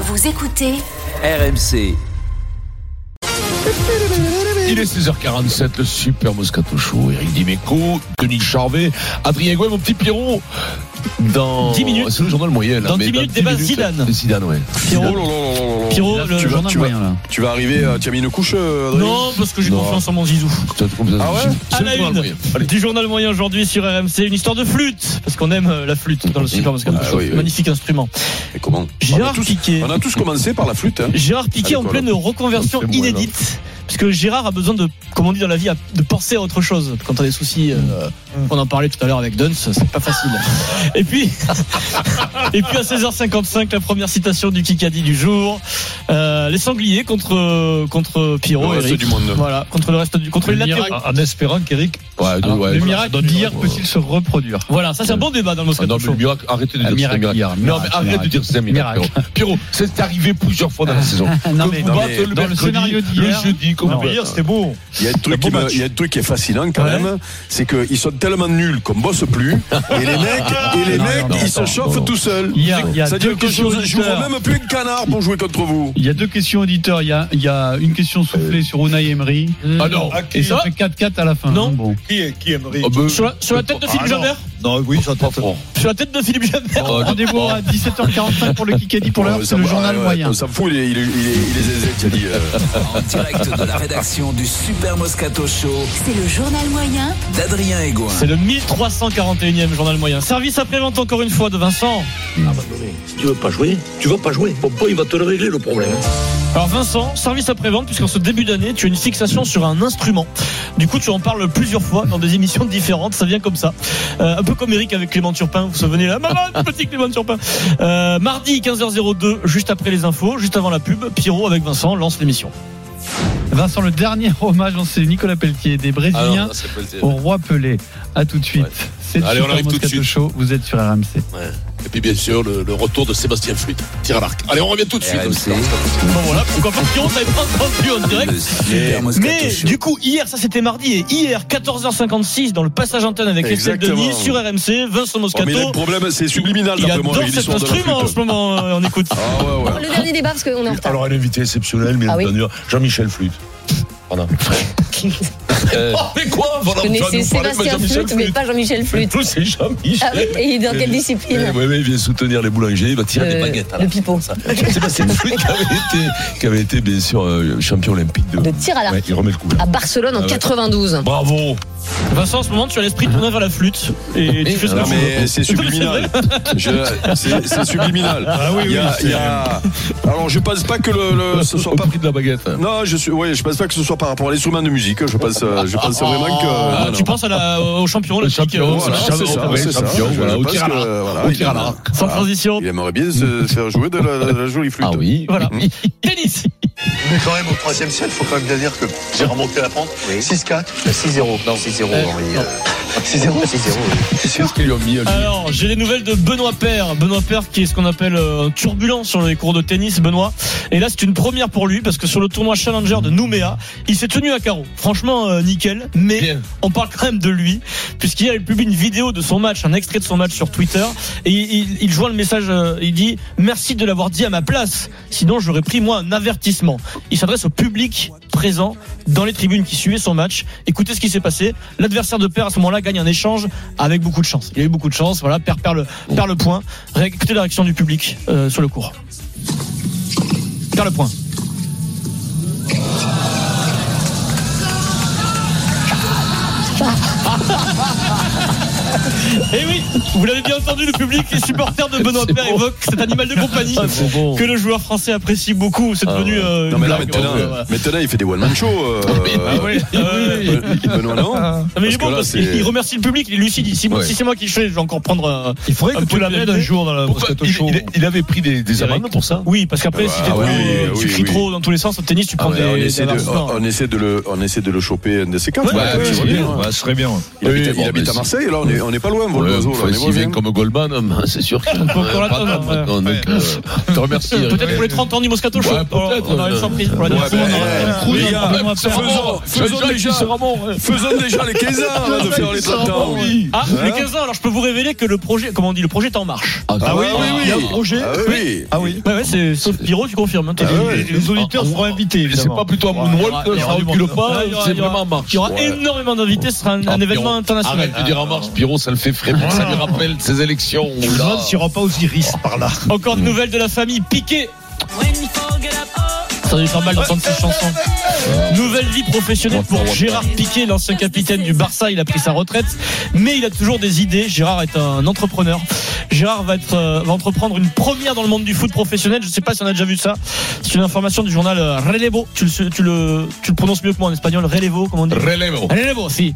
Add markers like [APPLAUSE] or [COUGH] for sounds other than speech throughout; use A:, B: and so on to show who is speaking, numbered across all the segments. A: Vous écoutez
B: RMC.
C: Il est 16h47, le super Moscato Show. Eric Dimeco, Denis Charvet, Adrien Gouet, mon petit Pierrot. Dans
D: 10 minutes.
C: C'est le journal moyen. Là,
D: Dans
C: mais
D: 10 minutes, débat Zidane.
C: de Zidane, ouais.
D: Pierrot,
C: Zidane.
D: Pierrot, le
E: tu vas,
D: journal
E: tu,
D: moyen là.
E: vas, tu vas arriver, euh, tu as mis une couche, euh, Adrien
D: Non, parce que j'ai
C: Non.
D: confiance en mon Zizou.
C: Putain, comme ça,
E: Ah ouais
C: c'est-
D: À
C: c'est
D: la
C: le journal
D: une.
C: moyen. Allez.
D: Du journal moyen aujourd'hui sur RMC, une histoire de flûte, parce qu'on aime euh, la flûte dans le Super Moscato
E: Ah
D: Show.
E: oui, oui.
D: Magnifique instrument.
E: Mais comment on a,
D: Gérard
E: tous,
D: Piqué.
E: on a tous commencé par la flûte. Hein.
D: Gérard Piqué en
E: Allez,
D: pleine reconversion
C: C'est moi, là.
D: inédite. Puisque Gérard a besoin de, comme on dit dans la vie, à- de penser à autre chose. Quand t'as des soucis, euh,
F: Mmh.
D: on en parlait tout à l'heure avec Dunce, c'est pas facile. Et
F: [LAUGHS]
D: puis, et puis à 16h55, la première citation du Kikadi du jour. Euh, les sangliers contre, contre Pierrot.
E: Le reste
D: Eric.
E: du monde.
D: Voilà, contre le reste du, contre les latéraux.
F: en espérant qu'Eric
C: Ouais, de- ouais.
F: le
C: voilà.
F: miracle d'hier puisse-il se reproduire
D: Voilà, ça c'est un bon débat dans le
C: Ah non,
D: Moscato
C: mais
D: Show.
C: le miracle, arrêtez de
F: Un
C: dire que c'est un
F: miracle hier,
C: miracle. Non, mais
F: miracle,
C: arrête de
F: miracle.
C: dire que c'est un miracle.
F: Miracle.
C: Pierrot, Pierrot, c'est arrivé plusieurs fois dans la saison.
F: Non
C: Que
F: mais,
C: vous
E: non,
C: battez
E: mais
C: le
F: dans le
C: mercredi,
F: scénario d'hier-
C: le jeudi, comme
F: Non,
C: vous
F: mais
C: voulez.
F: hier c'était beau.
E: Il y a un truc, qui,
F: bon
E: me-
F: match.
E: il y a un truc qui est fascinant quand
F: Ouais.
E: même, c'est qu'ils sont tellement nuls qu'on bosse plus, et les mecs, et les
F: Non,
E: mecs
F: non,
E: ils
C: non,
E: se chauffent
C: non.
E: tout seuls.
F: Il y a, il y a deux
E: C'est-à-dire que je
F: questions
E: je
F: auditeurs.
E: vois même plus de canard pour jouer contre vous.
F: Il y a deux questions auditeurs. Il y a, il y a une question soufflée sur Unai Emery.
G: Euh,
C: Ah non.
F: Et ça fait 4-4 à la fin.
D: Non.
F: hein, bon.
G: Qui, est- qui aimerait
C: Ah ben,
D: Sur la, sur la tête de Philippe
G: Ah non.
D: Jambert
G: Non, oui, ça
C: Pas fort.
D: Sur la tête de Philippe Jambert
C: Ah,
F: Rendez-vous à 17h45 pour le Kikadi pour l'heure.
E: Ouais,
F: C'est
E: Oh, ça
F: le
E: va,
F: journal
E: ouais,
F: moyen.
E: On s'en fout, il est, il est, il est, il est zézé, tu as dit. euh.
B: En direct de la rédaction du Super Moscato Show
A: C'est le journal moyen
B: d'Adrien Egoin.
D: C'est le 1341e journal moyen. Service après-vente encore une fois de Vincent.
H: Si tu veux pas jouer, tu vas pas jouer. Papa, il va te le régler le problème.
D: Alors Vincent, service après-vente, puisqu'en ce début d'année, tu as une fixation sur un instrument. Du coup, tu en parles plusieurs fois dans des émissions différentes, ça vient comme ça. Euh, un peu comme Eric avec Clément Turpin, vous vous souvenez là, maman, petit Clément Turpin. Euh, mardi 15h02, juste après les infos, juste avant la pub, Pierrot avec Vincent lance l'émission.
F: Vincent, le dernier [LAUGHS] hommage, on sait Nicolas Pelletier
I: Ah
F: des Brésiliens au roi Pelé. À tout de suite. C'est le
I: Allez, on
F: Super
I: arrive tout de
F: Moscato
I: suite.
F: Show. Vous êtes sur RMC.
I: Et puis bien sûr, le, le retour de Sébastien Fluide. Tire à l'arc. Allez, on revient tout de suite.
B: RMC,
D: Bon voilà, pourquoi pas Pierrot, t'avais pas entendu en direct.
B: le Super Moscato
D: Mais
B: Show.
D: du coup, hier, ça c'était mardi, et hier, 14h56, dans le passage antenne avec Estelle
E: Exactement.
D: Denis sur RMC, Vincent
E: Oh, mais
D: Moscato.
E: le problème, c'est subliminal
D: il
E: d'après moi,
D: adore
E: avec
D: cet
E: l'histoire de la
D: instrument en ce
E: flûte.
D: moment, euh, on écoute.
E: Ah ouais, ouais.
J: Le dernier débat parce qu'on est en retard.
G: Alors, un invité exceptionnel, bien
J: Ah oui.
G: entendu, Jean-Michel Euh, Flûte. Voilà.
J: [LAUGHS]
G: Oh,
I: Mais quoi
J: Euh, Je
I: voilà, tu vas
J: connaissais
I: nous parler de
J: Sébastien
I: Jean-Michel
J: Flûte, mais
I: Flûte.
J: pas
G: [LAUGHS]
J: Jean-Michel Flûte.
G: Flûte, c'est
J: Ah oui,
G: Jean-Michel.
J: et il est dans quelle
G: Oui,
J: discipline
G: oui, il vient soutenir les boulangers, il va tirer des
J: Euh,
G: baguettes. à
J: Le
G: l'arc.
J: pipeau.
G: Sébastien Flûte qui avait été, qui avait été bien sûr, euh, champion olympique de.
J: De tir à l'arc.
G: Ouais, il remet le coup. là.
J: À Barcelone
G: Ah
J: en
G: ouais.
J: 92.
G: Bravo!
D: Vincent, en ce moment, tu as l'esprit tourné vers la flûte
E: [LAUGHS]
D: et tu fais ce que
E: Non,
D: tu veux.
E: mais c'est [LAUGHS] subliminal. Je- C'est c'est subliminal. Il y a- il y a- Alors, je pense pas que le, le- Euh, ce soit pas.
C: de la baguette.
E: Non, je suis. Oui, je pense pas que ce soit par rapport à l'instrument de musique. Je pense. euh, Je pense vraiment que.
D: Ah,
E: euh, non,
D: tu
E: non.
D: penses à la, au champion, euh, la
C: champion, Voilà,
E: Voilà, hein, c'est ça,
C: ouais,
E: c'est ça.
C: champion,
E: Je
C: voilà, au
E: pense
C: tir à
E: que,
C: l'arc.
G: Ah,
E: voilà,
C: Au
E: il-
C: tir à l'arc.
D: Sans transition.
E: [LAUGHS] Il aimerait bien se faire jouer de la, de la jolie flûte.
C: Ah oui.
D: Voilà.
E: Mhm.
D: Tennis.
H: Mais [LAUGHS] quand même, au troisième set, faut quand même bien dire que j'ai remonté la pente. 6-4. 6-0. Non, 6-0,
D: Henri, euh,
H: 6-0, 6-0. C'est sûr
C: Qu'est-ce qu'ils lui ont mis lui
G: Ah.
D: Alors, j'ai des nouvelles de Benoît Père. Benoît Père qui est ce qu'on appelle euh, un turbulent sur les cours de tennis, Benoît. Et là, c'est une première pour lui parce que sur le tournoi Challenger de Nouméa, il s'est tenu à carreau. Franchement, euh, nickel. Mais
C: Bien.
D: on parle quand même de lui puisqu'il a publié une vidéo de son match, un extrait de son match sur Twitter. Et il, il- il joint le message, euh, il dit Merci de l'avoir dit à ma place. Sinon, j'aurais pris moi un avertissement. Il s'adresse au public présent dans les tribunes qui suivaient son match. Écoutez ce qui s'est passé. L'adversaire de Père à ce moment-là gagne un échange avec beaucoup de chance. Il a eu beaucoup de chance. Voilà, Père perd le, perd le point. Ré- Écoutez la réaction du public euh, sur le cours. Perd le [LAUGHS] point. Et Eh oui, vous l'avez bien entendu, le public, les supporters de Benoît Père évoquent cet animal de compagnie
E: Ah,
D: que le joueur français apprécie beaucoup. C'est devenu euh,
E: Non,
D: une
E: mais là,
D: blague.
E: maintenant,
D: Ouais, ouais.
E: euh, maintenant, il fait des one-man shows. euh,
D: Ah ouais, euh,
E: Benoît,
D: Non,
E: non
D: mais il est
E: Parce que
D: bon
E: là,
D: parce
E: c'est-
D: qu'il il remercie le public, il est lucide. Il dit, Si, si c'est moi qui le fais, je vais encore prendre. euh,
F: Il faudrait que
D: Un
F: tu
D: peu
F: l'amènes un
D: d'humilité.
F: jour dans la
G: Pourquoi
F: Moscato
G: il,
F: Show.
G: il- il avait pris des, des amendes pour ça
D: Oui, parce qu'après,
E: Ah
D: si t'es
E: bah,
D: trop,
E: oui,
D: euh, tu
E: oui,
D: cries
E: oui.
D: trop dans tous les sens au tennis, tu prends
E: Ah, mais
D: des.
E: on,
D: des
E: essaie de,
D: avertissements.
E: on, on essaie de le, on essaie de le choper un de ces quatre.
D: Ouais,
E: Bah, tu vois bien.
G: Ouais, ce serait bien.
E: Il habite,
G: Oui,
E: il
G: bon,
E: habite
G: mais
E: à
G: si-
E: Marseille, là, on est, on est pas loin,
G: Ouais,
E: Volvozo, là,
G: enfin,
E: on est
G: S'il
E: voisins.
G: vient comme Goldman, hum, c'est sûr qu'il y a
D: peut encore
G: pas
D: l'attendre,
G: de-
D: ouais.
G: maintenant, donc, euh, Je te remercie.
D: Euh, Peut-être pour les 30 ans du Moscato Show.
G: Ouais,
D: Alors,
G: peut-être,
D: On a une
G: ouais.
D: surprise pour la
E: Ouais,
D: dernière
E: ben,
D: fois.
E: eh, les gars, faisons- faisons déjà- Faisons déjà les 15 [LAUGHS] ans là, de faire les 30 ans.
D: Ah, les 15 ans, alors je peux vous révéler que le projet, comment on dit, le projet est en marche.
E: Ah oui, oui, oui.
F: Il y a un projet.
E: Ah oui.
F: Ah oui.
D: Ouais, ouais, c'est sauf Pierrot, tu confirmes. hein, t'as dit.
F: Les- Les auditeurs seront invités.
G: C'est
F: évidemment.
G: pas plutôt un
F: Ouais,
G: moonwalk,
F: il y aura- il y
G: je
F: aura du
G: recule
F: monde.
G: pas,
D: Ouais, il y aura-
G: c'est
D: il y aura-
G: vraiment en
D: Il y
G: marche.
D: aura énormément d'invités, ce sera un,
G: Ah,
D: un
G: Pierrot,
D: événement international.
G: Arrête de dire en marche, Pierrot, ça le fait vraiment, ça lui rappelle ces élections.
F: Je me
G: là.
F: demande s'il n'y aura pas Osiris par là.
D: Encore de nouvelles de la famille Piquet.
A: oh.
D: Ça doit lui faire mal d'entendre cette chanson. Nouvelle vie professionnelle pour Gérard Piquet, l'ancien capitaine du Barça. Il a pris sa retraite, mais il a toujours des idées. Gérard est un entrepreneur. Gérard va, être, euh, va entreprendre une première dans le monde du foot professionnel. Je ne sais pas si on a déjà vu ça. C'est une information du journal euh, Relevo. Tu le, tu le, tu le prononces mieux que moi en espagnol. Relevo, comment on dit
G: Relevo.
D: Allez, bon, si.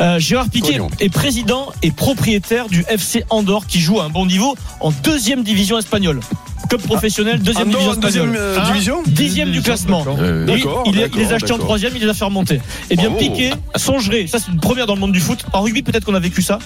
D: Euh, Gérard Piquet
E: Cognon.
D: est président et propriétaire du FC Andorre qui joue à un bon niveau en deuxième division espagnole. Club professionnel, deuxième
E: Ah, Andorre en
D: division espagnole.
E: deuxième euh,
D: Hein
E: division
D: Dixième du classement.
G: Euh,
D: Oui,
E: D'accord,
D: il, est- il
E: d'accord,
D: les a achetés en
E: d'accord.
D: troisième, il les a fait remonter. Eh bien,
E: Bravo.
D: Piquet songerait, ça c'est une première dans le monde du foot, en rugby peut-être qu'on a vécu ça,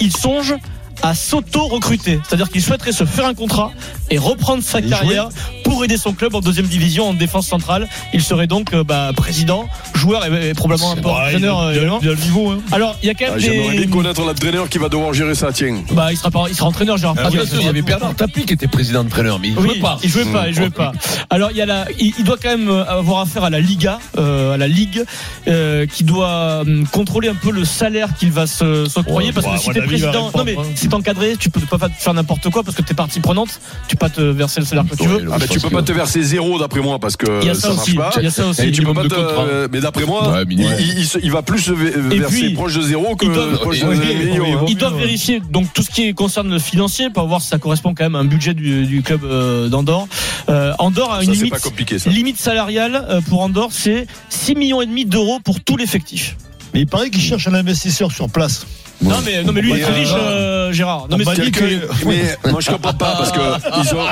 D: il songe à s'auto-recruter. C'est-à-dire qu'il souhaiterait se faire un contrat et reprendre sa carrière pour aider son club en deuxième division en défense centrale. Il serait donc euh, bah, président, joueur et, et probablement un peu entraîneur. euh, également.
F: Il y a le niveau. hein.
D: Alors, il y a quand même
E: Ah, J'aimerais
D: des.
E: bien connaître l'entraîneur qui va devoir gérer ça, tiens.
D: Bah, il sera, pas, il sera entraîneur, Gérard
G: Ah,
D: Piquet.
G: bien sûr, il y avait Bernard Tapie qui était président entraîneur, mais il ne
D: Oui,
G: jouait pas.
D: Il jouait pas, il jouait pas. Alors il y a la, il, il doit quand même euh, avoir affaire à la Liga, euh, à la Ligue, euh, qui doit hum, contrôler un peu le salaire qu'il va se s'octroyer
F: Ouais,
D: parce que
F: bah,
D: si
F: ouais,
D: t'es
F: la Ligue
D: président,
F: arrive pas,
D: non mais
F: hein.
D: si t'es encadré, tu peux pas fa- faire n'importe quoi parce que t'es partie prenante, tu peux pas te verser le salaire que tu
G: Ouais,
D: veux.
G: le-
E: Ah, mais
G: je
E: tu
G: pense
E: peux
G: que-
E: pas te verser zéro, d'après moi, parce
D: Il y
E: que
D: a ça,
E: ça marche
D: aussi,
E: pas.
D: il y a ça aussi.
E: Et tu peux
G: minimum de
E: pas te-
G: contrat.
E: euh, mais d'après moi,
G: Ouais,
E: il,
G: minimum.
E: il- il se- il va plus se ve-
D: Et
E: verser
D: puis,
E: proche de zéro que
D: ils doivent-
E: proche de
G: Ouais,
E: un million, hein.
D: Ils doivent vérifier donc tout ce qui concerne le financier pour voir si ça correspond quand même à un budget du, du club euh, d'Andorre. Euh, Andorre a une
E: Ça, c'est
D: limite
E: pas compliqué, ça.
D: limite salariale euh, pour Andorre, c'est 6 millions et demi d'euros pour tout l'effectif.
F: Mais il paraît qu'il cherche un investisseur sur place.
D: Non mais, non mais lui il
E: Bah,
D: est très
E: euh,
D: riche euh, Gérard. Non
F: on
D: mais
F: m'a
D: c'est-
F: dit que-
E: Mais moi, je comprends pas,
D: [LAUGHS]
E: parce que ils ont.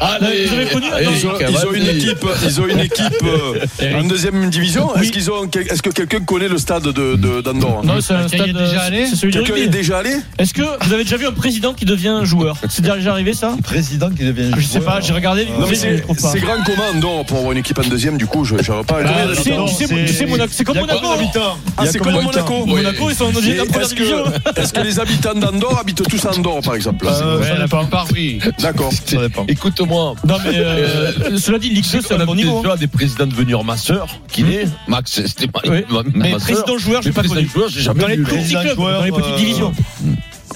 G: Allez,
D: Vous avez connu
E: Ils ont, ils ont une équipe, ils ont une équipe euh, en deuxième division. Est-ce qu'ils ont, quel- est-ce que quelqu'un connaît le stade de, de- d'Andorre
D: non, c'est un
F: Quelqu'un y est
D: stade
F: déjà allé
D: euh, c'est celui du
E: Quelqu'un
D: rugby.
E: est déjà allé
D: Est-ce que vous avez déjà vu un président qui devient un joueur C'est déjà arrivé ça
F: Président qui devient.
D: Je sais pas, j'ai regardé
E: Non mais
D: mais je
E: c'est,
D: trouve pas.
E: c'est grand comment Andorre pour avoir une équipe en deuxième. Du coup, je j'arrive pas. à
D: Bah,
E: Combien
D: c'est-
E: d'habitants
D: tu sais, tu sais, Monaco- c'est comme
F: Il y a
D: Monaco. hein.
F: combien d'habitants
E: Ah,
F: Il y a
E: c'est
F: combien
E: comme
F: d'habitants
E: Monaco.
G: Oui.
D: Monaco ils sont en
E: Et
D: deuxième en première
E: Est-ce
D: division.
E: que, [LAUGHS] est-ce que les habitants d'Andorre habitent tous à Andorre, par exemple
F: Euh,
G: Ouais,
F: ça
G: la
F: dépend.
G: plupart, oui.
E: D'accord.
F: Ça dépend.
G: Écoute-moi.
D: Non mais euh, cela dit Ligue 2 c'est
G: on
D: un
G: a
D: bon
G: vu
D: niveau. hein.
G: déjà des présidents devenir ma sœur, qui est Max, c'était ma,
D: Oui.
G: ma- ma
D: Mais
G: sœur.
D: président joueur, j'ai
G: Mais
D: pas
G: président
D: connu.
G: joueur, j'ai
D: Dans
G: jamais
D: les
G: vu.
F: plus-
D: petits
F: Président
D: clubs,
F: joueur,
D: dans les petites
F: euh,
D: divisions.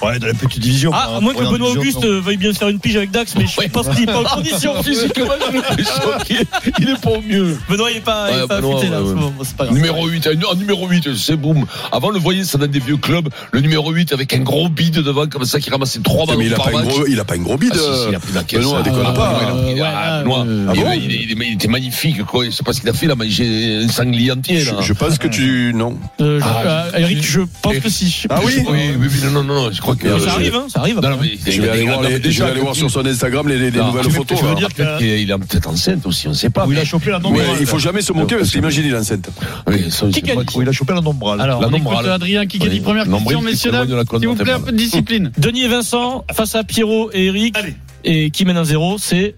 F: Ouais, dans la petite division.
D: Ah, à moins que Benoît Auguste euh, veuille bien faire une pige avec Dax, mais je
G: Ouais.
D: pense qu'il est
G: [LAUGHS]
D: pas en condition.
G: Physiquement, je suis choqué. il est pas au mieux.
D: Benoît il est pas il est
G: Ouais,
D: pas
G: Benoît,
D: affûté, là. en
G: ouais,
D: ce
G: ouais.
D: moment. Bon, c'est pas grave.
G: Numéro 8, un numéro 8, c'est boum. Avant, le voyait, ça dans des vieux clubs, le numéro 8 avec un gros bide devant, comme ça, qui ramassait trois
E: Mais
G: ballons
E: il a
G: par
E: pas un
G: match.
E: gros, il a pas une gros bide. euh,
G: Ah, si, si, il a pris la caisse.
E: Benoît,
G: Ah,
E: déconne
G: ouais,
E: pas.
G: ouais, il a pris-
D: Ouais,
G: ah,
D: ouais,
G: Benoît,
D: euh,
E: Ah
G: il,
E: bon
G: avait- il- il- il était magnifique, quoi. C'est pas ce qu'il a fait, il a mangé un sanglier entier, là.
E: Je, je pense que tu non.
D: Euh, je-
G: Ah,
D: euh, Eric, je pense
G: Eric.
D: que si.
E: Ah oui.
G: oui, oui, oui, non, non, non, je crois que.
E: Mais
D: Ça
E: je-
D: arrive, hein, ça arrive.
G: Non, non, mais
E: Je vais aller voir, les- je vais aller voir sur son Instagram les, les- les
G: Non,
E: nouvelles
G: tu veux-
E: photos.
F: tu veux
E: là.
F: dire
G: Peut-être qu'il est- il est peut-être enceinte aussi, on ne sait pas. Ah
F: Où Ah, il a chopé la
E: Ouais,
F: nombrale.
E: il faut jamais se moquer parce qu'imagine il est enceinte.
G: Oui, ça,
D: Qui
G: c'est
D: gagne
G: pas-
F: Où il a chopé la nombrale.
D: Alors,
G: La
F: on écoute
G: nombrale.
F: Adrien qui
G: Oui.
F: dit première
G: Nombril
F: question,
G: qui
F: messieurs,
G: s'éloigne de la
F: dames.
G: colonne
F: S'il vous plaît, un peu de discipline.
D: Denis et Vincent face à Pierrot et Eric. Et qui mène un 0 c'est.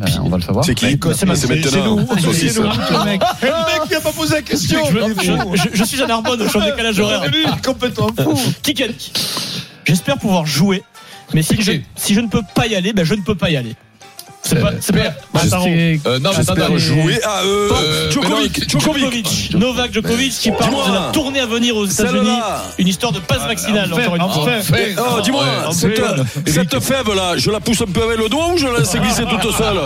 G: Ah,
F: on va le savoir.
E: C'est
G: bah,
E: qui Ah,
F: C'est Max,
E: C'est
F: c'est
E: maintenant.
F: nous.
E: Saucisse.
F: C'est nous, le mec.
I: mec n'a pas posé la question
D: Je, je- je suis à Narbonne, je suis en décalage horaire.
F: complètement fou.
D: Qui gagne J'espère pouvoir jouer, mais si je, si je ne peux pas y aller, ben je ne peux pas y aller. C'est pas. C'est pas. Bah,
F: Attends,
D: pardon.
G: Euh, non, mais
E: J'espère
G: attends,
E: jouer. Ah, euh,
G: Euh, mais
E: Djokovic. Ah,
G: non,
E: Djokovic.
D: Djokovic, Novak Djokovic qui part
E: Dis-moi.
D: de la tournée à venir aux États-Unis.
E: Celle-là. Ah,
D: Une histoire de passe vaccinale, encore une fois.
F: Enfin,
G: Enfin,
E: Oh, dis-moi,
G: ouais.
E: cette, cette fève là, je la pousse un peu avec le doigt ou je la laisse glisser toute seule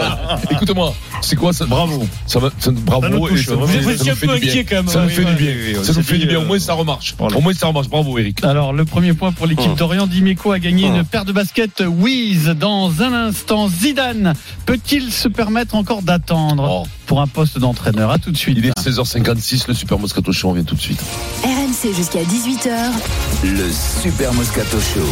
G: Écoute-moi, C'est quoi ça
D: Bravo.
G: Ça va, ça- bravo.
D: Ça nous touche,
G: et
D: ouais.
G: vraiment,
K: Vous
G: ça
K: étiez
G: nous
K: un
G: fait
K: peu
G: du bien.
K: inquiet quand même.
G: Ça nous
K: Oui,
G: fait
K: oui.
G: du bien.
D: oui, on
G: Ça nous
D: s'est
G: fait
D: dit,
G: du bien.
D: euh,
G: Au moins, ça remarche.
D: voilà.
G: Au moins, ça remarche. Bravo, Eric.
D: Alors, le premier point pour l'équipe
G: Hum.
D: d'Orient. Dimeco a gagné
G: Hum.
D: une paire de baskets Wiz dans un instant. Zidane peut-il se permettre encore d'attendre
G: Oh,
D: pour un poste d'entraîneur À tout de suite.
G: il est 16h56. Le Super Moscato Show, on vient tout de suite.
A: RMC jusqu'à 18h.
B: Le Super Moscato Show.